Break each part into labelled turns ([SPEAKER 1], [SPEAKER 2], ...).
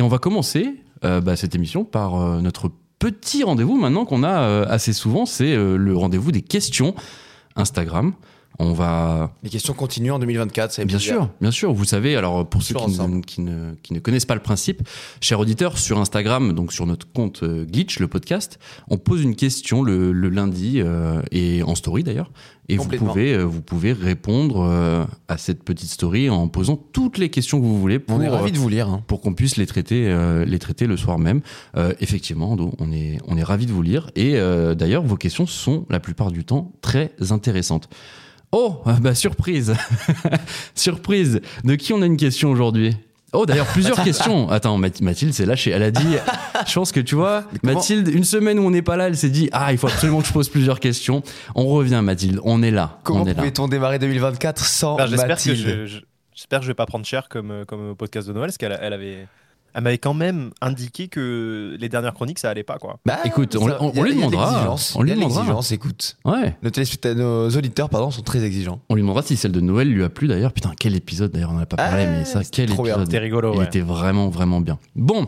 [SPEAKER 1] on va commencer euh, bah, cette émission par euh, notre petit rendez-vous maintenant qu'on a euh, assez souvent, c'est euh, le rendez-vous des questions Instagram. On va
[SPEAKER 2] Les questions continuent en 2024, c'est
[SPEAKER 1] Bien sûr, bien sûr. Vous savez, alors pour
[SPEAKER 2] Bien
[SPEAKER 1] ceux
[SPEAKER 2] sûr,
[SPEAKER 1] qui ne,
[SPEAKER 2] ensemble.
[SPEAKER 1] qui, ne, qui ne connaissent pas le principe, chers auditeurs, sur Instagram, donc sur notre compte euh, Glitch, le podcast, on pose une question le, le lundi euh, et en story d'ailleurs, et vous
[SPEAKER 2] Complètement.
[SPEAKER 1] pouvez euh, vous pouvez répondre euh, à cette petite story en posant toutes les questions que vous voulez pour euh,
[SPEAKER 2] On est ravis de vous lire. hein.
[SPEAKER 1] pour qu'on puisse les traiter, euh, les traiter le soir même. Euh, effectivement, donc, on est, on est ravis de vous lire. Et euh, d'ailleurs, vos questions sont la plupart du temps très intéressantes. Oh, ah bah surprise Surprise De qui on a une question aujourd'hui Oh, d'ailleurs, plusieurs questions. Attends, Math- Mathilde s'est lâchée. Elle a dit, je pense que tu vois,
[SPEAKER 2] comment-
[SPEAKER 1] Mathilde, une semaine où on n'est pas là, elle s'est dit, ah, il faut absolument que je pose plusieurs questions. On revient, Mathilde, on est là.
[SPEAKER 2] Comment
[SPEAKER 1] on est là.
[SPEAKER 2] pouvait-on démarrer 2024 sans
[SPEAKER 3] Enfin, Ben, j'espère que
[SPEAKER 2] Mathilde
[SPEAKER 3] je, je- j'espère que je vais pas prendre cher comme euh, comme au podcast de Noël parce qu'elle elle avait elle m'avait quand même indiqué que les dernières chroniques ça allait pas quoi.
[SPEAKER 2] Bah,
[SPEAKER 1] Écoute, on-
[SPEAKER 2] ça-
[SPEAKER 1] on- on
[SPEAKER 2] y a-
[SPEAKER 1] lui
[SPEAKER 2] y a de
[SPEAKER 1] demandera.
[SPEAKER 2] l'exigence,
[SPEAKER 1] On lui
[SPEAKER 2] y a de
[SPEAKER 1] demandera.
[SPEAKER 2] l'exigence, écoute.
[SPEAKER 1] Ouais.
[SPEAKER 2] Nos, téléspectateurs- nos auditeurs pardon, sont très exigeants.
[SPEAKER 1] On lui demandera si celle de Noël lui a plu d'ailleurs. Putain, quel épisode d'ailleurs, on n'en a pas parlé,
[SPEAKER 2] Ah,
[SPEAKER 1] mais ça, quel
[SPEAKER 2] trop bien,
[SPEAKER 1] épisode.
[SPEAKER 3] C'était rigolo.
[SPEAKER 1] Il
[SPEAKER 3] ouais.
[SPEAKER 1] était vraiment, vraiment bien. Bon,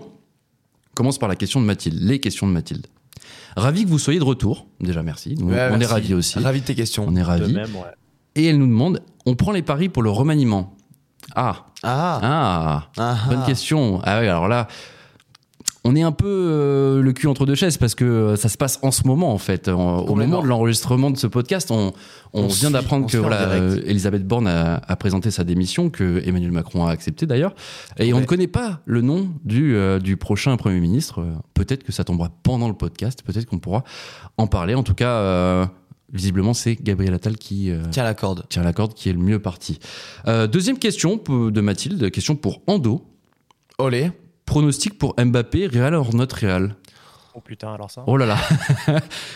[SPEAKER 1] commence par la question de Mathilde, les questions de Mathilde. Ravi que vous soyez de retour. Déjà, merci. Nous,
[SPEAKER 2] Ouais,
[SPEAKER 1] on
[SPEAKER 2] merci.
[SPEAKER 1] est ravis aussi.
[SPEAKER 2] Ravi de tes questions.
[SPEAKER 1] On est
[SPEAKER 3] De
[SPEAKER 1] ravis.
[SPEAKER 3] même, ouais.
[SPEAKER 1] Et elle nous demande on prend les paris pour le remaniement Ah,
[SPEAKER 2] Ah,
[SPEAKER 1] ah,
[SPEAKER 2] ah,
[SPEAKER 1] bonne
[SPEAKER 2] ah.
[SPEAKER 1] question. Ah oui, alors là. On est un peu euh, le cul entre deux chaises parce que euh, ça se passe en ce moment en fait. En- au
[SPEAKER 2] Complètement.
[SPEAKER 1] moment de l'enregistrement de ce podcast, on, on
[SPEAKER 2] On
[SPEAKER 1] vient
[SPEAKER 2] suit-
[SPEAKER 1] d'apprendre
[SPEAKER 2] on
[SPEAKER 1] que
[SPEAKER 2] suit en
[SPEAKER 1] voilà,
[SPEAKER 2] direct.
[SPEAKER 1] euh, Elisabeth Borne a, a présenté sa démission, que Emmanuel Macron a accepté d'ailleurs. Et on
[SPEAKER 2] Ouais.
[SPEAKER 1] ne connaît pas le nom du, euh, du prochain Premier ministre. Euh, Peut-être que ça tombera pendant le podcast, peut-être qu'on pourra en parler. En tout cas, euh, visiblement, c'est Gabriel Attal qui, euh,
[SPEAKER 2] Tiens la corde.
[SPEAKER 1] tire la corde qui est le mieux parti. Euh, deuxième question p- de Mathilde, question pour Ando.
[SPEAKER 2] Olé.
[SPEAKER 1] Pronostic pour Mbappé, Real or not Real
[SPEAKER 3] Oh putain alors ça.
[SPEAKER 1] Oh là là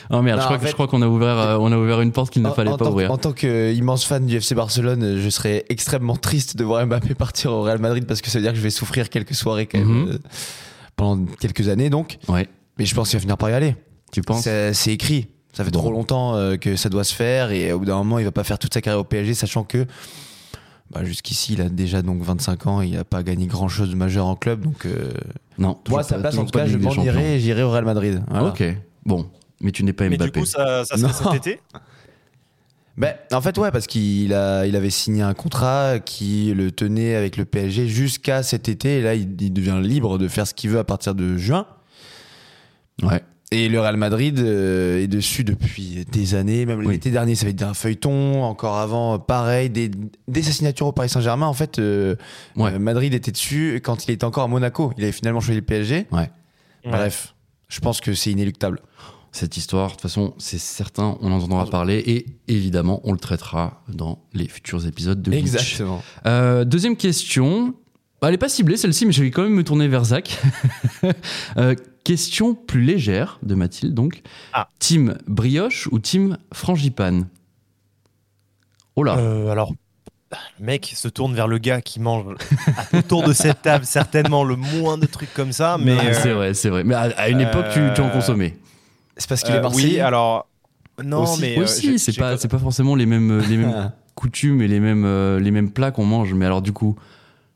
[SPEAKER 1] Oh merde,
[SPEAKER 2] Non,
[SPEAKER 1] je crois
[SPEAKER 2] en
[SPEAKER 1] que-
[SPEAKER 2] fait-
[SPEAKER 1] je crois qu'on a, ouvert, euh, on a ouvert une porte qu'il ne
[SPEAKER 2] En-
[SPEAKER 1] fallait
[SPEAKER 2] en
[SPEAKER 1] pas
[SPEAKER 2] tant-
[SPEAKER 1] ouvrir.
[SPEAKER 2] En tant qu'immense fan du FC Barcelone, je serais extrêmement triste de voir Mbappé partir au Real Madrid parce que ça veut dire que je vais souffrir quelques soirées quand même
[SPEAKER 1] Mhm.
[SPEAKER 2] euh, pendant quelques années donc.
[SPEAKER 1] Ouais,
[SPEAKER 2] Mais je pense qu'il va finir par y aller.
[SPEAKER 1] tu penses
[SPEAKER 2] C'est c'est écrit. Ça fait
[SPEAKER 1] Bon.
[SPEAKER 2] trop longtemps euh, que ça doit se faire et au bout d'un moment, il va pas faire toute sa carrière au PSG, sachant que bah, jusqu'ici, il a déjà donc 25 ans, il n'a pas gagné grand chose de majeur en club. Donc, euh,
[SPEAKER 1] Non.
[SPEAKER 2] moi,
[SPEAKER 1] toujours
[SPEAKER 2] à sa
[SPEAKER 1] pas-
[SPEAKER 2] place, en
[SPEAKER 1] toujours
[SPEAKER 2] tout
[SPEAKER 1] pas
[SPEAKER 2] cas,
[SPEAKER 1] de
[SPEAKER 2] je
[SPEAKER 1] Ligue des
[SPEAKER 2] m'en irai
[SPEAKER 1] Champions.
[SPEAKER 2] et j'irai au Real Madrid. Voilà.
[SPEAKER 1] Ok, bon, mais tu n'es pas
[SPEAKER 3] Mais
[SPEAKER 1] Mbappé.
[SPEAKER 3] du coup ça, ça serait
[SPEAKER 2] Non.
[SPEAKER 3] cet été.
[SPEAKER 2] Ben, en fait, ouais, parce qu'il a, il avait signé un contrat qui le tenait avec le PSG jusqu'à cet été. Et là, il, il devient libre de faire ce qu'il veut à partir de juin.
[SPEAKER 1] Ouais.
[SPEAKER 2] Et le Real Madrid euh, est dessus depuis des années. Même
[SPEAKER 1] Oui.
[SPEAKER 2] l'été dernier, ça avait été un feuilleton. Encore avant, euh, pareil. Dès, dès sa signature au Paris Saint-Germain, en fait, euh,
[SPEAKER 1] Ouais.
[SPEAKER 2] euh, Madrid était dessus quand il était encore à Monaco. Il avait finalement choisi le PSG.
[SPEAKER 1] Ouais.
[SPEAKER 2] Bref, je pense que c'est inéluctable.
[SPEAKER 1] Cette histoire, de toute façon, c'est certain, on en entendra parler et évidemment, on le traitera dans les futurs épisodes de Glitch. Euh, deuxième question. Bah, Elle n'est pas ciblée celle-ci, mais je vais quand même me tourner vers Zach. Euh, question plus légère de Mathilde, donc.
[SPEAKER 3] Ah.
[SPEAKER 1] Team brioche ou team frangipane Oh là
[SPEAKER 3] Euh, alors le mec se tourne vers le gars qui mange à- autour de cette table certainement le moins de trucs comme ça mais
[SPEAKER 1] Ah, C'est
[SPEAKER 3] euh,
[SPEAKER 1] vrai, c'est vrai. Mais à, à une époque, tu, tu en
[SPEAKER 3] euh,
[SPEAKER 1] consommais.
[SPEAKER 2] C'est parce qu'il
[SPEAKER 3] euh,
[SPEAKER 2] est Marseillais.
[SPEAKER 3] oui alors non
[SPEAKER 2] Aussi-
[SPEAKER 3] mais euh,
[SPEAKER 1] Aussi,
[SPEAKER 3] j'ai-
[SPEAKER 1] c'est
[SPEAKER 3] j'ai
[SPEAKER 1] pas, c'est pas forcément les mêmes, euh, les mêmes coutumes et les mêmes, euh, les mêmes plats qu'on mange. Mais alors, du coup,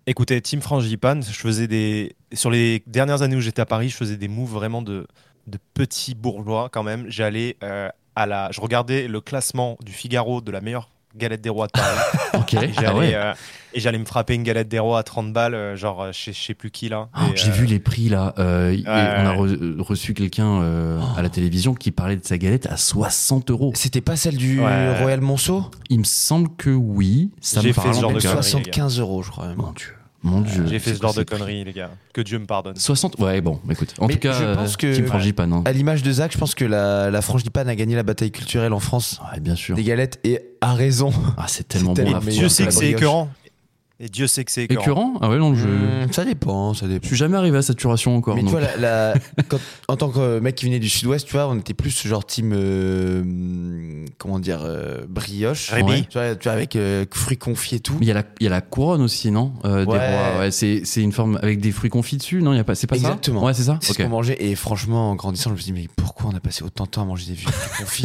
[SPEAKER 3] Écoutez, Team Frangipane, je faisais des. Sur les dernières années où j'étais à Paris, je faisais des moves vraiment de, de petits bourgeois quand même. J'allais euh, à la. Je regardais le classement du Figaro de la meilleure galette des rois de Paris.
[SPEAKER 1] ok.
[SPEAKER 3] Et j'allais,
[SPEAKER 1] ah ouais.
[SPEAKER 3] euh, et j'allais me frapper une galette des rois à 30 balles, euh, genre euh, chez je sais plus qui là.
[SPEAKER 1] Oh,
[SPEAKER 3] Et,
[SPEAKER 1] J'ai
[SPEAKER 3] euh,
[SPEAKER 1] vu les prix là. Euh, et on a
[SPEAKER 3] ouais. Oh.
[SPEAKER 1] re- reçu quelqu'un euh, à la télévision qui parlait de sa galette à 60 euros.
[SPEAKER 2] C'était pas celle du
[SPEAKER 3] Ouais.
[SPEAKER 2] Royal Monceau
[SPEAKER 1] Il me semble que oui. Ça
[SPEAKER 3] J'ai
[SPEAKER 1] me
[SPEAKER 3] fait
[SPEAKER 1] parle
[SPEAKER 3] ce genre
[SPEAKER 1] en
[SPEAKER 3] de
[SPEAKER 1] tout cas.
[SPEAKER 3] conneries.
[SPEAKER 2] 75 euros, je crois. même.
[SPEAKER 1] Mon Dieu. Mon Dieu.
[SPEAKER 3] euh, J'ai fait
[SPEAKER 1] c'est
[SPEAKER 3] ce genre
[SPEAKER 1] quoi
[SPEAKER 3] de
[SPEAKER 1] ces prix
[SPEAKER 3] conneries, les gars. Que Dieu me pardonne.
[SPEAKER 1] 60. Ouais, bon, écoute. En
[SPEAKER 2] Mais
[SPEAKER 1] tout cas,
[SPEAKER 2] je pense
[SPEAKER 1] euh,
[SPEAKER 2] que-
[SPEAKER 1] Team
[SPEAKER 2] Ouais.
[SPEAKER 1] Frangipane. hein.
[SPEAKER 2] À l'image de Zach, je pense que la, la frangipane a gagné la bataille culturelle en France
[SPEAKER 1] Ouais, bien sûr.
[SPEAKER 2] des galettes et a raison.
[SPEAKER 1] Ah, c'est tellement bon.
[SPEAKER 2] tellement
[SPEAKER 1] la
[SPEAKER 2] meilleur.
[SPEAKER 3] Dieu
[SPEAKER 1] frangipane.
[SPEAKER 3] sait que c'est
[SPEAKER 2] brioche.
[SPEAKER 3] écœurant. Et Dieu sait que c'est écœurant.
[SPEAKER 1] Écœurant Ah ouais, non, je.
[SPEAKER 2] Hmm, ça dépend, ça
[SPEAKER 1] Je
[SPEAKER 2] dépend.
[SPEAKER 1] suis jamais arrivé à saturation encore.
[SPEAKER 2] Mais tu
[SPEAKER 1] donc.
[SPEAKER 2] vois, la- la- quand- en tant que mec qui venait du sud-ouest, tu vois, on était plus genre team. euh, comment dire euh, Brioche.
[SPEAKER 3] Rémi.
[SPEAKER 2] Tu vois, tu vois, avec euh, fruits confits et tout.
[SPEAKER 1] Mais il y, a la- il y a la couronne aussi, non Euh, des
[SPEAKER 2] Ouais.
[SPEAKER 1] rois, ouais, c'est c'est une forme avec des fruits confits dessus, non Il y a pas, c'est pas ça
[SPEAKER 2] Exactement.
[SPEAKER 1] Ouais, c'est ça.
[SPEAKER 2] C'est
[SPEAKER 1] Ok.
[SPEAKER 2] ce qu'on mangeait. Et franchement, en grandissant, je me suis dit, mais pourquoi on a passé autant de temps à manger des vieux fruits confits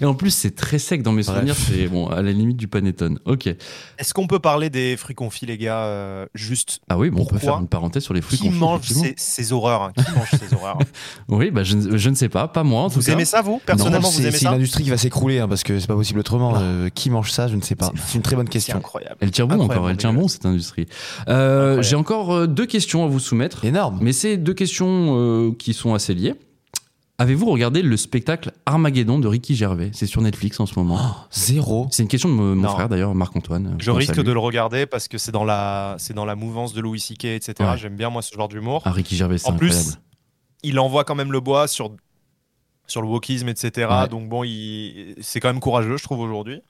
[SPEAKER 1] Et en plus, c'est très sec dans mes
[SPEAKER 2] Bref.
[SPEAKER 1] souvenirs. C'est bon, à la limite du panettone. Ok.
[SPEAKER 3] Est-ce qu'on peut parler des fruits confits, les gars, euh, juste.
[SPEAKER 1] Ah oui, bon, on peut
[SPEAKER 3] Pourquoi
[SPEAKER 1] faire une parenthèse sur les fruits
[SPEAKER 3] Qui
[SPEAKER 1] confits.
[SPEAKER 3] mange
[SPEAKER 1] effectivement.
[SPEAKER 3] ces, ces horreurs hein Qui mange ces horreurs
[SPEAKER 1] Oui, bah, je, ne- je ne sais pas, pas moi en tout
[SPEAKER 3] Vous
[SPEAKER 1] cas.
[SPEAKER 3] aimez ça, vous Personnellement, vous
[SPEAKER 2] c'est
[SPEAKER 3] aimez
[SPEAKER 2] c'est
[SPEAKER 3] ça
[SPEAKER 2] une industrie qui va s'écrouler hein, parce que c'est pas possible autrement.
[SPEAKER 3] Non.
[SPEAKER 2] Euh, qui mange ça, je ne sais pas. C'est une très bonne
[SPEAKER 3] C'est
[SPEAKER 2] question.
[SPEAKER 3] incroyable.
[SPEAKER 1] Elle tient bon
[SPEAKER 3] Incroyable,
[SPEAKER 1] encore, elle tient bon cette industrie. Euh,
[SPEAKER 3] Incroyable.
[SPEAKER 1] J'ai encore euh, deux questions à vous soumettre,
[SPEAKER 2] Énorme.
[SPEAKER 1] mais c'est deux questions euh, qui sont assez liées. Avez-vous regardé le spectacle Armageddon de Ricky Gervais C'est sur Netflix en ce moment.
[SPEAKER 2] Zéro.
[SPEAKER 1] C'est une question de mon mon
[SPEAKER 3] Oh. Non.
[SPEAKER 1] frère d'ailleurs, Marc-Antoine.
[SPEAKER 3] Je
[SPEAKER 1] qu'on
[SPEAKER 3] risque
[SPEAKER 1] salue.
[SPEAKER 3] de le regarder parce que c'est dans la, c'est dans la mouvance de Louis C.K., etc.
[SPEAKER 1] Ouais.
[SPEAKER 3] J'aime bien, moi, ce genre d'humour.
[SPEAKER 1] Ah, Ricky Gervais, c'est
[SPEAKER 3] En plus,
[SPEAKER 1] incroyable.
[SPEAKER 3] Il envoie quand même le bois sur, sur le wokisme, etc.
[SPEAKER 1] Ouais.
[SPEAKER 3] Donc, bon, il, c'est quand même courageux, je trouve, aujourd'hui.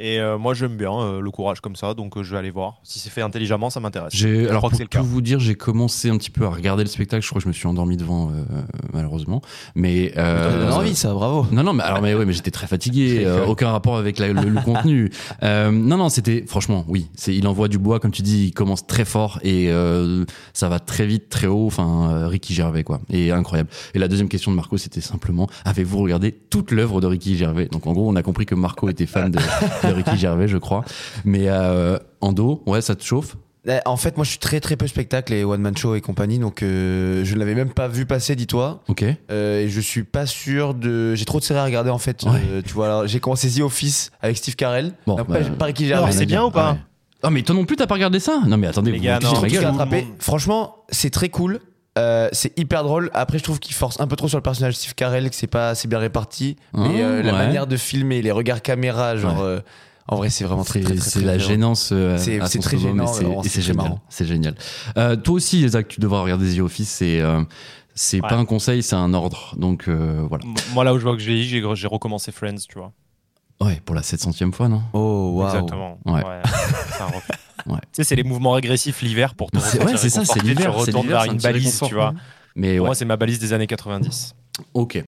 [SPEAKER 3] Et euh, moi, j'aime bien euh, le courage comme ça, donc euh, je vais aller voir. Si c'est fait intelligemment, ça m'intéresse.
[SPEAKER 1] J'ai- alors pour
[SPEAKER 3] crois que
[SPEAKER 1] tout
[SPEAKER 3] c'est le cas.
[SPEAKER 1] vous dire, j'ai commencé un petit peu à regarder le spectacle. Je crois que je me suis endormi devant, euh, malheureusement. Mais euh,
[SPEAKER 2] Ça donne envie, ça, bravo.
[SPEAKER 1] Non, non, mais alors, mais ouais, mais j'étais très fatigué. euh, aucun rapport avec la- le, le contenu. Euh, non, non, c'était franchement, oui. C'est, il envoie du bois, comme tu dis. Il commence très fort et euh, ça va très vite, très haut. Enfin, euh, Ricky Gervais, quoi. Et incroyable. Et la deuxième question de Marco, c'était simplement avez-vous regardé toute l'œuvre de Ricky Gervais Donc, en gros, on a compris que Marco était fan de, de Ricky Gervais, je crois. Mais euh, en dos, ouais, ça te chauffe.
[SPEAKER 2] Eh, En fait, moi, je suis très très peu spectacle et one man show et compagnie, donc euh, je ne l'avais même pas vu passer, dis-toi.
[SPEAKER 1] Ok.
[SPEAKER 2] Euh, et je suis pas sûr de. J'ai trop de séries à regarder en fait.
[SPEAKER 1] Ouais.
[SPEAKER 2] euh, tu vois, alors, j'ai commencé The Office avec Steve Carell.
[SPEAKER 1] Bon,
[SPEAKER 2] Donc,
[SPEAKER 1] bah,
[SPEAKER 2] pas, pas Ricky
[SPEAKER 3] Alors,
[SPEAKER 2] Gervais.
[SPEAKER 3] c'est bien ou pas
[SPEAKER 1] ouais. Ah mais toi non plus t'as pas regardé ça Non mais attendez,
[SPEAKER 3] Les
[SPEAKER 1] vous
[SPEAKER 3] gars,
[SPEAKER 1] vous foutez de
[SPEAKER 3] non.
[SPEAKER 1] ma
[SPEAKER 2] J'ai
[SPEAKER 1] gueule.
[SPEAKER 3] Tout
[SPEAKER 2] attrapé.
[SPEAKER 3] le monde.
[SPEAKER 2] Franchement, c'est très cool. euh, c'est hyper drôle. Après, je trouve qu'il force un peu trop sur le personnage de Steve Carell, que c'est pas assez bien réparti. mais
[SPEAKER 1] Ah,
[SPEAKER 2] euh, la
[SPEAKER 1] ouais.
[SPEAKER 2] manière de filmer, les regards caméra, genre.
[SPEAKER 1] Ouais.
[SPEAKER 2] euh, en vrai, c'est vraiment très.
[SPEAKER 1] C'est
[SPEAKER 2] très, très,
[SPEAKER 1] c'est
[SPEAKER 2] très
[SPEAKER 1] la
[SPEAKER 2] bien.
[SPEAKER 1] gênance. euh,
[SPEAKER 2] C'est-
[SPEAKER 1] à
[SPEAKER 2] c'est
[SPEAKER 1] son
[SPEAKER 2] très
[SPEAKER 1] summum,
[SPEAKER 2] gênant,
[SPEAKER 1] et c'est-
[SPEAKER 2] alors,
[SPEAKER 1] Et
[SPEAKER 2] c'est
[SPEAKER 1] c'est
[SPEAKER 2] très
[SPEAKER 1] génial.
[SPEAKER 2] marrant.
[SPEAKER 1] C'est génial. Euh, toi aussi, Isaac, tu devras regarder The Office. C'est euh, c'est
[SPEAKER 3] Ouais.
[SPEAKER 1] pas un conseil, c'est un ordre. Donc euh, voilà.
[SPEAKER 3] M- Moi, là où je vois que j'ai j'ai j'ai recommencé Friends, tu vois.
[SPEAKER 1] Ouais, pour la 700e fois, non
[SPEAKER 2] Oh, waouh.
[SPEAKER 3] Exactement.
[SPEAKER 1] Ouais.
[SPEAKER 3] c'est un refus.
[SPEAKER 1] Ouais.
[SPEAKER 3] Tu sais, c'est les mouvements régressifs l'hiver pour te
[SPEAKER 1] C'est-
[SPEAKER 3] ressentir
[SPEAKER 1] ouais, c'est ça, c'est
[SPEAKER 3] réconforté,
[SPEAKER 1] l'hiver,
[SPEAKER 3] Tu
[SPEAKER 1] c'est
[SPEAKER 3] retournes
[SPEAKER 1] l'hiver,
[SPEAKER 3] vers
[SPEAKER 1] c'est un
[SPEAKER 3] une
[SPEAKER 1] petit
[SPEAKER 3] balise,
[SPEAKER 1] réconfort.
[SPEAKER 3] tu vois.
[SPEAKER 1] Mais
[SPEAKER 3] Pour
[SPEAKER 1] ouais,
[SPEAKER 3] Moi, c'est ma balise des années 90.
[SPEAKER 1] ok.